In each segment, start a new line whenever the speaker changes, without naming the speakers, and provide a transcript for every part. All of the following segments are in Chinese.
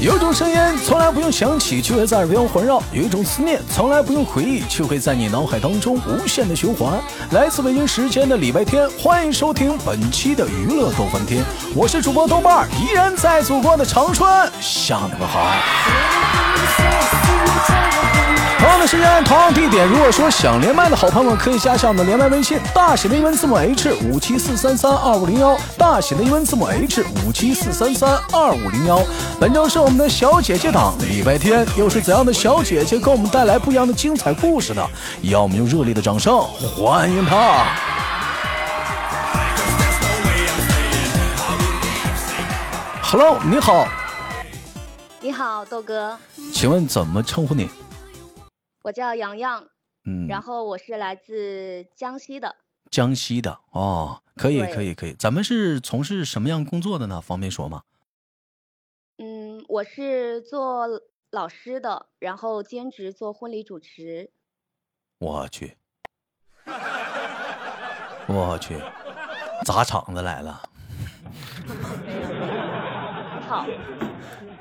有一种声音从来不用想起，却会在耳边环绕；有一种思念从来不用回忆，却会在你脑海当中无限的循环。来自北京时间的礼拜天，欢迎收听本期的娱乐逗翻天，我是主播豆瓣儿，依然在祖国的长春向你们好。同样的时间，同样地点。如果说想连麦的好朋友们，可以加一下我们的连麦微信，大写的英文字母 H 五七四三三二五零幺，大写的英文字母 H 五七四三三二五零幺。本周是我们的小姐姐档，礼拜天又是怎样的小姐姐给我们带来不一样的精彩故事呢？让我们用热烈的掌声欢迎她！Hello，你好，
你好，豆哥，
请问怎么称呼你？
我叫洋洋，
嗯，
然后我是来自江西的，
江西的哦，可以
对
可以可以，咱们是从事什么样工作的呢？方便说吗？
嗯，我是做老师的，然后兼职做婚礼主持。
我去，我去，砸场子来了
好，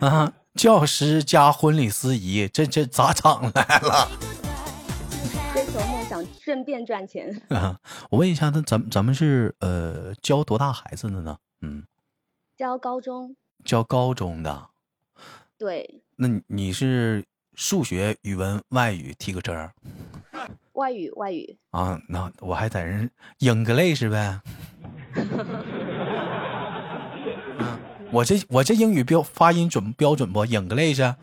啊！教师加婚礼司仪，这这砸场子来了
追求梦想，顺便赚钱。
啊！ 我问一下，那咱咱们是呃教多大孩子的呢？嗯，
教高中，
教高中的。
对，
那你你是数学、语文、外语提个针
外语，外语，
啊？那我还在这 English 呗。 嗯我这我这英语标发音准标准不？English 啊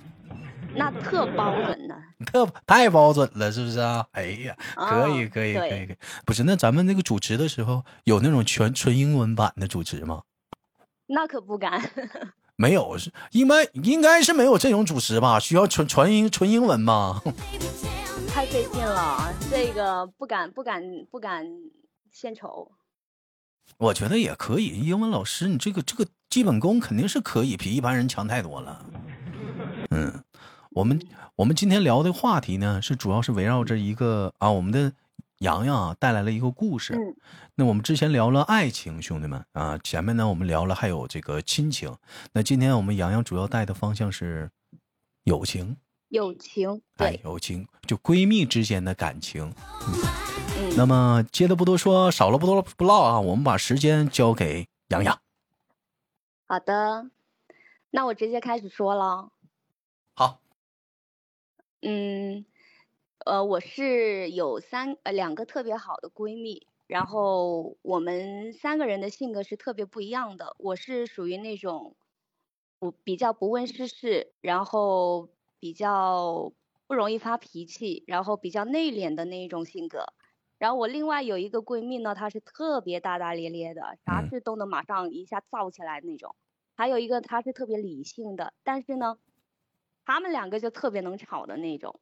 那特包准呢。
特太标准了，是不是啊？哎呀，可以可
哦
以可
对
以可以，不是那咱们那个主持的时候有那种全纯英文版的主持吗？
那可不敢，
没有，是应该应该是没有这种主持吧？需要纯纯英纯英文吗？
太费劲了，啊这个不敢，不敢，不敢献丑。
我觉得也可以，英文老师你这个这个基本功肯定是可以，比一般人强太多了。嗯，我们我们今天聊的话题呢，是主要是围绕着一个啊，我们的洋洋啊带来了一个故事。
嗯
那我们之前聊了爱情，兄弟们啊，前面呢我们聊了还有这个亲情，那今天我们洋洋主要带的方向是友情，
友情，
哎
对，，
友情就闺蜜之间的感情。
嗯，
那么接着不多说，少了不多不唠啊，我们把时间交给洋洋。
好的，那我直接开始说了。
好，
嗯，呃，我是有三呃两个特别好的闺蜜，然后我们三个人的性格是特别不一样的。我是属于那种我比较不问世事，然后比较不容易发脾气，然后比较内敛的那一种性格。然后我另外有一个闺蜜呢，她是特别大大咧咧的，啥
嗯
事都能马上一下造起来那种。还有一个她是特别理性的，但是呢，她们两个就特别能吵的那种。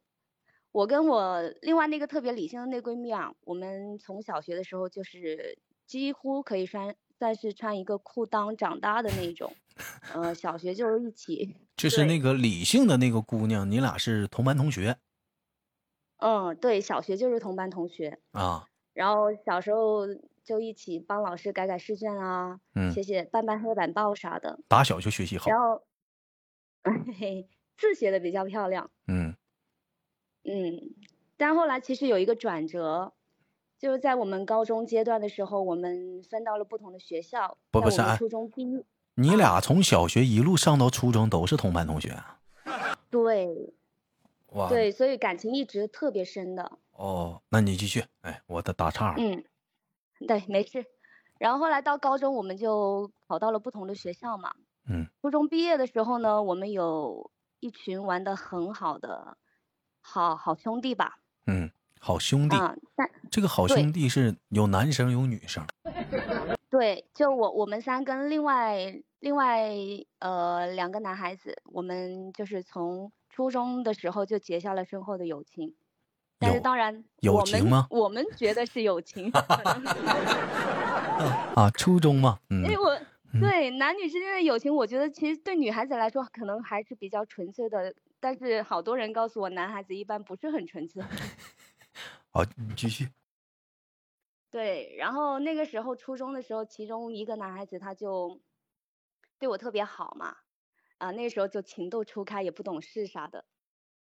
我跟我另外那个特别理性的那闺蜜啊，我们从小学的时候就是几乎可以穿，算是穿一个裤裆长大的那种。呃，小学就是一起，
就是那
对
个理性的那个姑娘，你俩是同班同学
嗯，对，小学就是同班同学。
啊？
然后小时候就一起帮老师改改试卷啊，
嗯
写，写办办黑板报啥的。
打小就学习好
然，后， 嘿嘿，字写的比较漂亮，
嗯
嗯。但后来其实有一个转折，就是在我们高中阶段的时候，我们分到了不同的学校。
不
在
不
我
是
们
哎
初中毕业，
你俩从小学一路上到初中都是同班同学啊，
对
哇，
对，所以感情一直特别深的。
哦，那你继续，哎，我的打岔了，
嗯，对，没事。然后后来到高中，我们就考到了不同的学校嘛。
嗯。
初中毕业的时候呢，我们有一群玩的很好的好好兄弟吧。
嗯，好兄弟，
啊，但
这个好
对
兄弟是有男生有女生，
对，就我我们三跟另外另外呃两个男孩子，我们就是从初中的时候就结下了深厚的友情。但是
有
当然，
友
我
情
们
吗
我们觉得是友情，可能是
啊，初中嘛，嗯
因为我
嗯
对男女之间的友情，我觉得其实对女孩子来说可能还是比较纯粹的，但是好多人告诉我，男孩子一般不是很纯粹。
好，你继续，
对，然后那个时候初中的时候，其中一个男孩子他就对我特别好嘛，啊、那时候就情窦初开，也不懂事啥的，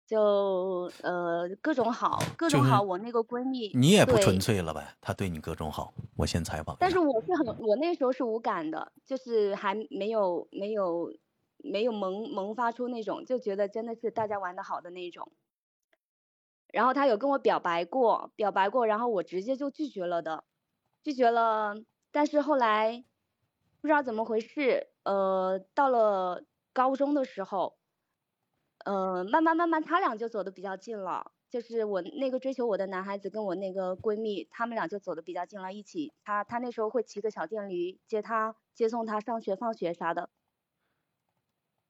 就呃各种好，各种
就是
好。我那个闺蜜，
你也不
对
纯粹了呗？他对你各种好，我先采访一下。
但是我是很，我那时候是无感的，就是还没有没有没有萌萌发出那种，就觉得真的是大家玩的好的那种。然后他有跟我表白过，表白过，然后我直接就拒绝了的，拒绝了。但是后来不知道怎么回事，呃，到了高中的时候，呃，慢慢慢慢，他俩就走的比较近了。就是我那个追求我的男孩子跟我那个闺蜜，他们俩就走的比较近了，一起。他他那时候会骑个小电驴接他，接送他上学、放学啥的。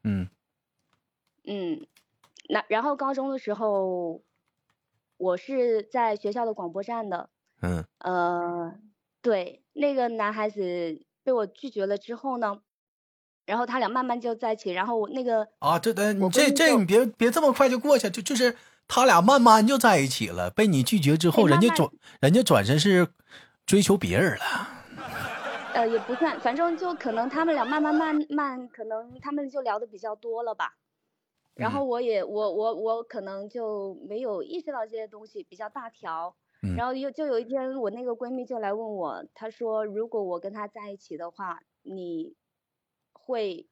嗯，
嗯，那然后高中的时候，我是在学校的广播站的。
嗯
呃，对，那个男孩子被我拒绝了之后呢，然后他俩慢慢就在一起。然后我那个
啊，这等你
我闺
这
蜜
这
就
你别别这么快就过去，就就是他俩慢慢就在一起了，被你拒绝之后，
对
人家
慢慢
转人家转身是追求别人了。
呃，也不算，反正就可能他们俩慢慢慢慢，可能他们就聊的比较多了吧。然
嗯
后我也我我我可能就没有意识到这些东西，比较大条。
嗯
然后又就有一天，我那个闺蜜就来问我，她说如果我跟他在一起的话，你会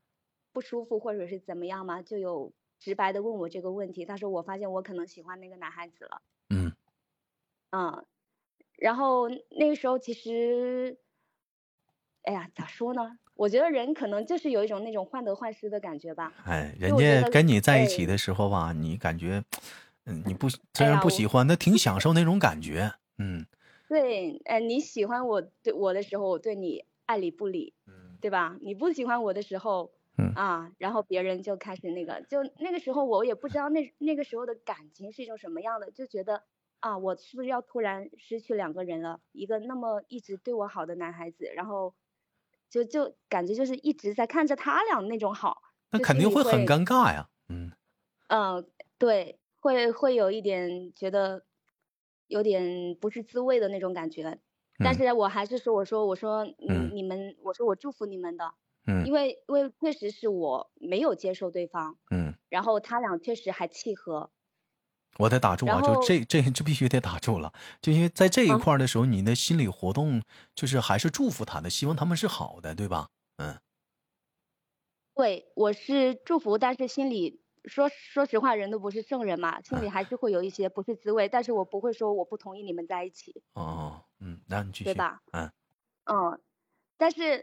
不舒服或者是怎么样吗？就有直白的问我这个问题。她说我发现我可能喜欢那个男孩子了。
嗯
嗯，然后那个时候其实，哎呀，咋说呢？我觉得人可能就是有一种那种患得患失的感觉吧。
哎，
对
人
我觉
家
得
跟你在一起
对
的时候吧，你感觉，嗯，你不虽
哎
然
呀
不
我
喜欢，但挺享受那种感觉。嗯
对，哎，你喜欢我对我的时候，我对你爱理不理，
嗯
对吧？你不喜欢我的时候，
嗯
啊，然后别人就开始那个，就那个时候我也不知道那那个时候的感情是一种什么样的，就觉得啊，我是不是要突然失去两个人了？一个那么一直对我好的男孩子，然后就就感觉就是一直在看着他俩那种好，
那
就
肯
心
定
里
会很
会
尴尬呀。嗯
嗯，对，会会有一点觉得有点不是滋味的那种感觉，但
嗯
是我还是说，我说我说
嗯
嗯，你们，我说我祝福你们的，
嗯
因为因为确实是我没有接受对方，
嗯，
然后他俩确实还契合，
我得打住啊，
然
就
后
这这这必须得打住了，就因为在这一
啊
块儿的时候，你的心理活动就是还是祝福他的，希望他们是好的，对吧？嗯
对我是祝福，但是心里说说实话，人都不是圣人嘛，心里还是会有一些不是滋味，但是我不会说我不同意你们在一起，
哦嗯，那你继
对
续，
吧？
嗯
嗯，但是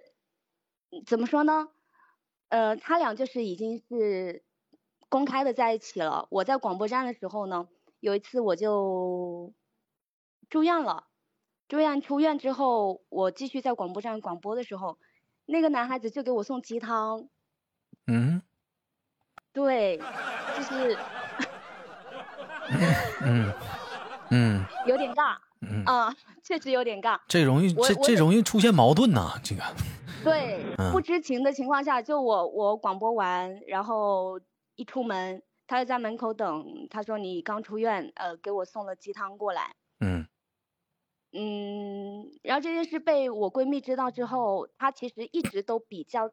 嗯怎么说呢？呃，他俩就是已经是公开的在一起了。我在广播站的时候呢，有一次我就住院了，住院出院之后，我继续在广播站广播的时候，那个男孩子就给我送鸡汤，
嗯
对，就是
嗯嗯
有点尬
嗯，
啊，确实有点尬。
这容易
我
这
我
这
得
容易出现矛盾呐、这个
对，
嗯
不知情的情况下，就我我广播完，然后一出门，他就在门口等，他说你刚出院，呃，给我送了鸡汤过来。
嗯
嗯，然后这件事被我闺蜜知道之后，她其实一直都比较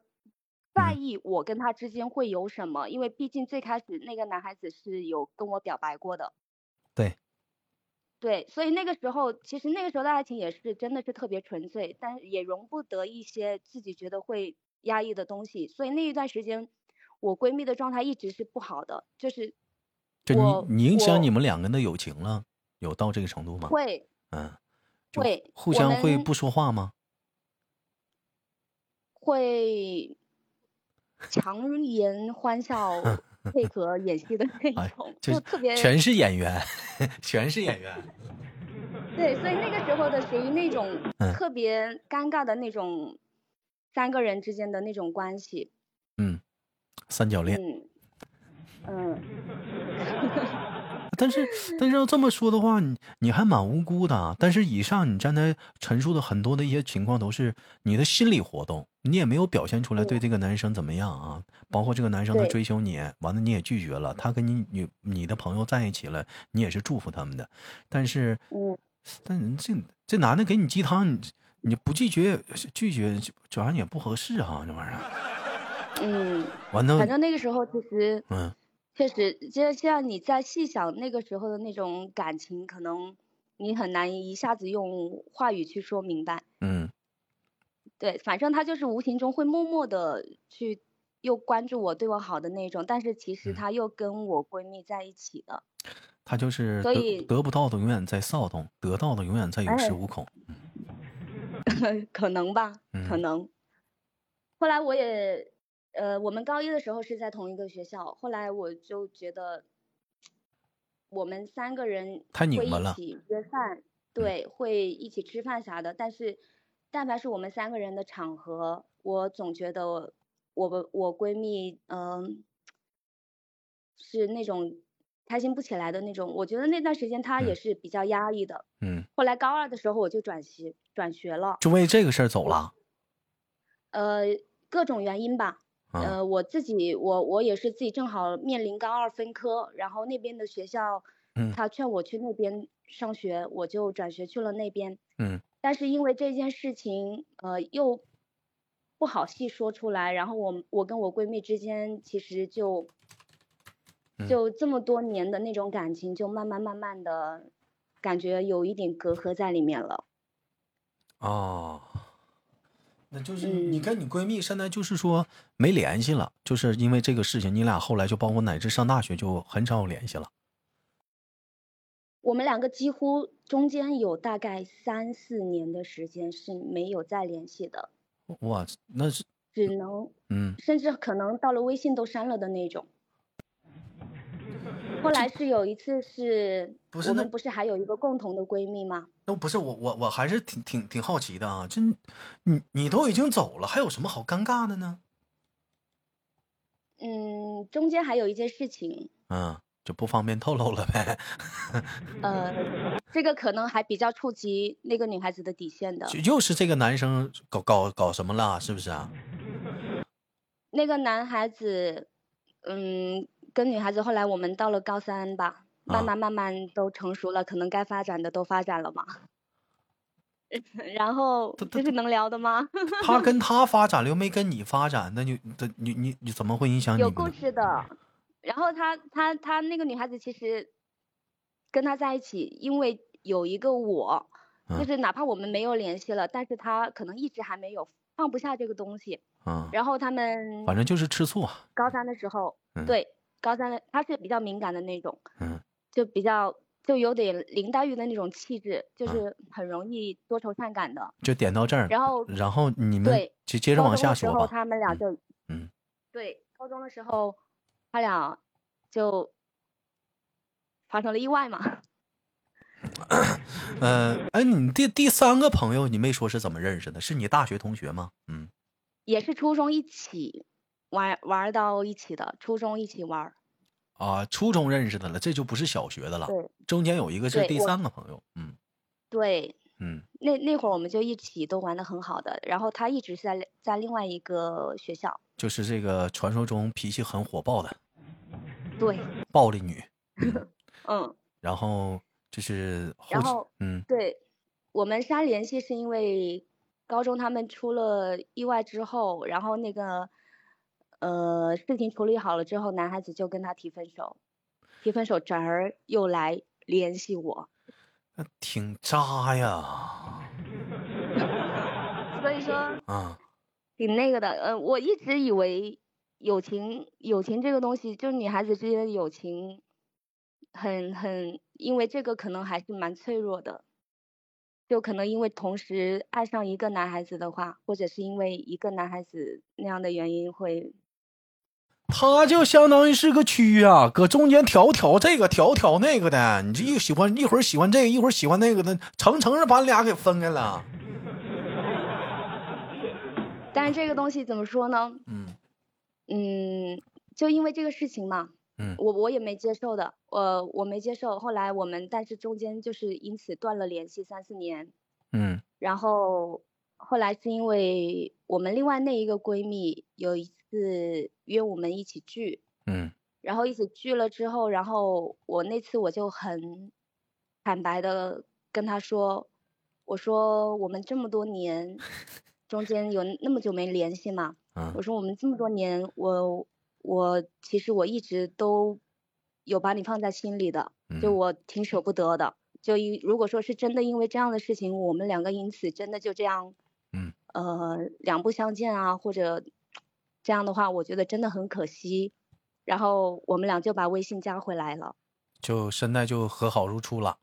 在
嗯
意我跟他之间会有什么，因为毕竟最开始那个男孩子是有跟我表白过的。
对，
对，所以那个时候，其实那个时候的爱情也是真的是特别纯粹，但也容不得一些自己觉得会压抑的东西。所以那一段时间，我闺蜜的状态一直是不好的，就是
就
我
你你影响
我
你们两个人的友情了，有到这个程度吗？
会
嗯，就
会
互
我
相会
们
不说话吗？
会强颜欢 笑配合演戏的那一
哎
种，
就
就是特别
全是演员， 全是演员。
对，所以那个时候的属于那种
嗯
特别尴尬的那种三个人之间的那种关系，
嗯，三角恋。
嗯嗯。
但是，但是要这么说的话，你你还蛮无辜的啊。但是以上你刚才陈述的很多的一些情况，都是你的心理活动，你也没有表现出来对
嗯，
这个男生怎么样啊。包括这个男生他
对，
追求你，完了你也拒绝了，他跟你女你的朋友在一起了，你也是祝福他们的。但是，
嗯，
但人这这男的给你鸡汤，你你不拒绝拒绝，主要也不合适哈、这玩意儿。
嗯，
完了
反，正那个时候其实
嗯，
确实，就像你在细想那个时候的那种感情，可能你很难一下子用话语去说明白。
嗯，
对，反正他就是无形中会默默的去又关注我、对我好的那种，但是其实
嗯
他又跟我闺蜜在一起了。
他就是
所
得
以
得不到的永远在骚动，得到的永远在有恃
哎
无恐。
可能吧，可
嗯
能。后来我也，呃，我们高一的时候是在同一个学校，后来我就觉得，我们三个人
太拧
会
巴
一
了嗯
起约饭，对，会一起吃饭啥的。但是，但凡是我们三个人的场合，我总觉得我我我闺蜜，嗯、是那种开心不起来的那种。我觉得那段时间她也
嗯
是比较压抑的。
嗯，
后来高二的时候我就转学转学了。
就为这个事儿走了。
呃，各种原因吧。
啊，
呃，我自己，我我也是自己正好面临高二分科，然后那边的学校
嗯，
他劝我去那边上学，我就转学去了那边。
嗯
但是因为这件事情，呃，又不好细说出来，然后我们我跟我闺蜜之间其实就
嗯
就这么多年的那种感情，就慢慢慢慢的感觉有一点隔阂在里面了。
哦，那就是你
嗯
跟你闺蜜现在就是说没联系了，就是因为这个事情，你俩后来就包括乃至上大学就很少有联系了。
我们两个几乎中间有大概三四年的时间是没有再联系的，
哇，那是
只能
嗯，
甚至可能到了微信都删了的那种。后来是有一次是，
不是
我
那
们不是还有一个共同的闺蜜吗？
那不是我我我还是挺挺挺好奇的啊，这你你都已经走了，还有什么好尴尬的呢？
嗯，中间还有一件事情，
嗯，就不方便透露了 呗。
呃，这个可能还比较触及那个女孩子的底线的。
就又是这个男生搞搞搞什么了，是不是啊？
那个男孩子，嗯，跟女孩子后来我们到了高三吧，
啊
慢慢慢慢都成熟了，可能该发展的都发展了嘛。 然后
他他
这是能聊的吗？
他跟他发展了，又没跟你发展，那就这你你你怎么会影响啊你
有
们
故
呢？
事的。然后他他他那个女孩子其实跟他在一起，因为有一个我，
嗯
就是哪怕我们没有联系了，但是他可能一直还没有放不下这个东西。
嗯，
然后他们
反正就是吃醋啊。
高三的时候，
嗯
对高三的他是比较敏感的那种，
嗯
就比较就有点林黛玉的那种气质，就
啊
是很容易多愁善感的。
就点到这儿了。
然后
嗯然后你们
对
接接着往
高中
下
的时
说
候
吧。
他们俩
嗯
就
嗯
对高中的时候他俩就发生了意外嘛。
嗯，哎，你第第三个朋友你没说是怎么认识的？是你大学同学吗？嗯，
也是初中一起玩玩到一起的，初中一起玩儿。
啊，初中认识的了，这就不是小学的了。
对
中间有一个是
对
第
我
三个朋友。嗯
对，
嗯
那那会儿我们就一起都玩的很好的，然后他一直是在在另外一个学校。
就是这个传说中脾气很火爆的
对，
暴力女。嗯，
嗯，
然后就是后
然
期
后
嗯
对，我们删联系是因为高中他们出了意外之后，然后那个呃事情处理好了之后，男孩子就跟他提分手，提分手转而又来联系我，
那挺渣呀
所以说
啊。
挺那个的。呃，我一直以为友情，友情这个东西，就是女孩子之间的友情很，很因为这个可能还是蛮脆弱的。就可能因为同时爱上一个男孩子的话，或者是因为一个男孩子那样的原因会，
他就相当于是个蛆啊，搁中间调调这个调调那个的，你这一喜欢一会儿喜欢这个，一会儿喜欢那个的，成成是把你俩给分开了。
但是这个东西怎么说呢？
嗯
嗯，就因为这个事情嘛，
嗯
我我也没接受的，呃，我没接受。后来我们但是中间就是因此断了联系三四年，
嗯
然后后来是因为我们另外那一个闺蜜有一次约我们一起聚，
嗯
然后一起聚了之后，然后我那次我就很坦白的跟她说，我说我们这么多年中间有那么久没联系嘛，
嗯
我说我们这么多年，我我其实我一直都有把你放在心里的，就
嗯
我挺舍不得的。就一如果说是真的因为这样的事情，我们两个因此真的就这样，
嗯，
呃，两不相见啊，或者这样的话，我觉得真的很可惜。然后我们俩就把微信加回来了。
就现在就和好如初了。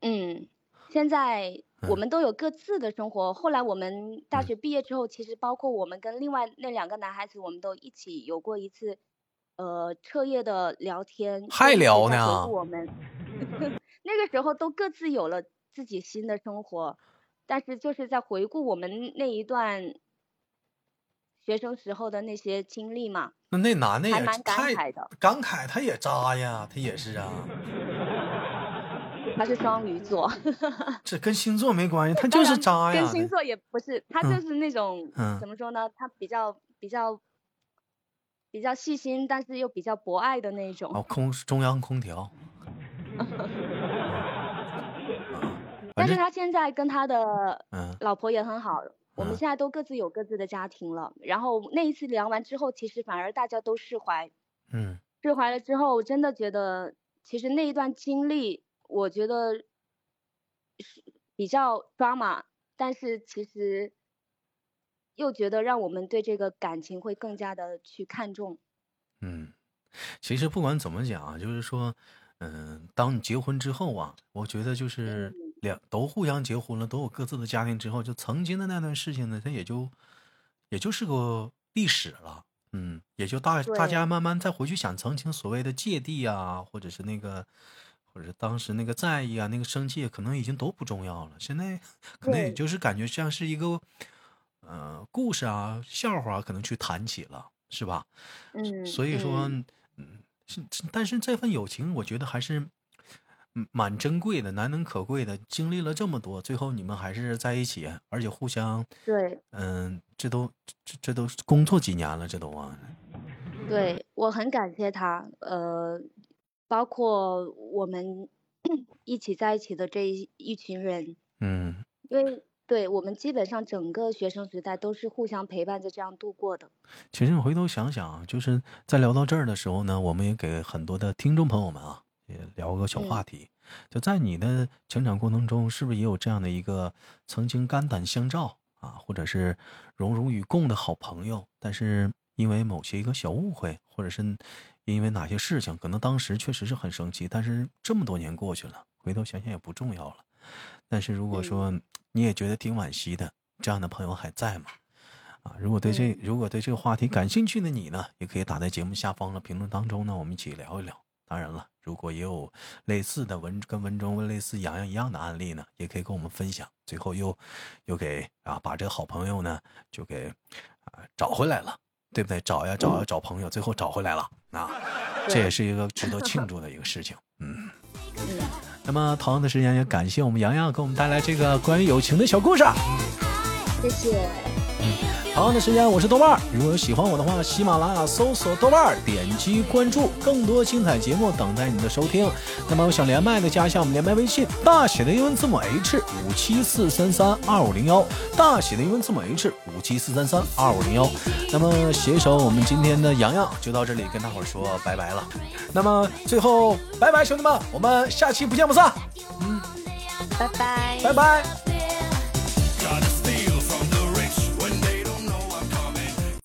嗯，现在我
嗯
们都有各自的生活。后来我们大
嗯
学毕业之后，其实包括我们跟另外那两个男孩子，我们都一起有过一次，呃，彻夜的聊天，
还
都一直
聊
在回
呢
顾我们 那个时候都各自有了自己新的生活，但是就是在回顾我们那一段学生时候的那些经历嘛，
那那男的
还
也
蛮感
太
慨的。
感慨，他也渣呀，他也是啊，
他是双鱼座。
这跟星座没关系，他
当
就是
然
渣呀
跟。星座也不是，他
嗯
就是那种、
嗯
怎么说呢？他比较比较比较细心，但是又比较博爱的那种。
哦，空中央空调，反
但是
正
他现在跟他的
嗯
老婆也很好，我们
嗯
现在都各自有各自的家庭了。然后那一次聊完之后，其实反而大家都释怀，
嗯
释怀了之后，真的觉得其实那一段经历，我觉得是比较抓马，但是其实又觉得让我们对这个感情会更加的去看重。
嗯。其实不管怎么讲啊，就是说，嗯、当你结婚之后啊，我觉得就是
嗯
两都互相结婚了，都有各自的家庭之后，就曾经的那段事情呢，它也就也就是个历史了。嗯，也就大大家
对，
慢慢再回去想曾经所谓的芥蒂啊，或者是那个，或者是当时那个在意啊，那个生气，可能已经都不重要了。现在可能也
对，
就是感觉像是一个，呃，故事啊、笑话啊，可能去谈起了，是吧？
嗯
所以说，
嗯，
嗯，是，是但是这份友情，我觉得还是嗯蛮珍贵的，难能可贵的。经历了这么多，最后你们还是在一起，而且互相，
对
嗯，这都这这都工作几年了，这都啊，
对，我很感谢他，呃，包括我们 一起在一起的这一一群人，
嗯，
因为对我们基本上整个学生时代都是互相陪伴着这样度过的。
其实回头想想啊，就是在聊到这儿的时候呢，我们也给很多的听众朋友们啊，也聊个小话
嗯
题，就在你的成长过程中，是不是也有这样的一个曾经肝胆相照啊，或者是荣辱与共的好朋友，但是因为某些一个小误会，或者是因为哪些事情，可能当时确实是很生气，但是这么多年过去了，回头想想也不重要了。但是如果
嗯
说你也觉得挺惋惜的，这样的朋友还在吗？啊，如果对这
嗯。
如果对这个话题感兴趣的你呢，也可以打在节目下方的评论当中呢，我们一起聊一聊。当然了，如果也有类似的文跟文中类似洋洋一样的案例呢，也可以跟我们分享。最后又又给啊把这个好朋友呢就给啊找回来了，对不对？找呀找呀找朋友，最后找回来了啊，这也
对，
是一个值得庆祝的一个事情。 嗯。
嗯，
那么同样的时间，也感谢我们洋洋给我们带来这个关于友情的小故事。啊
谢谢，
同样的时间，我是豆瓣儿。如果有喜欢我的话，喜马拉雅搜索豆瓣儿，点击关注，更多精彩节目等待你的收听。那么有想连麦的，加一下我们连麦微信，大写的英文字母 H 五七四三三二五零幺，大写的英文字母 H 五七四三三二五零幺。那么携手我们今天的洋洋就到这里，跟大伙儿说拜拜了。那么最后拜拜，兄弟们，我们下期不见不散，
拜拜。
拜拜。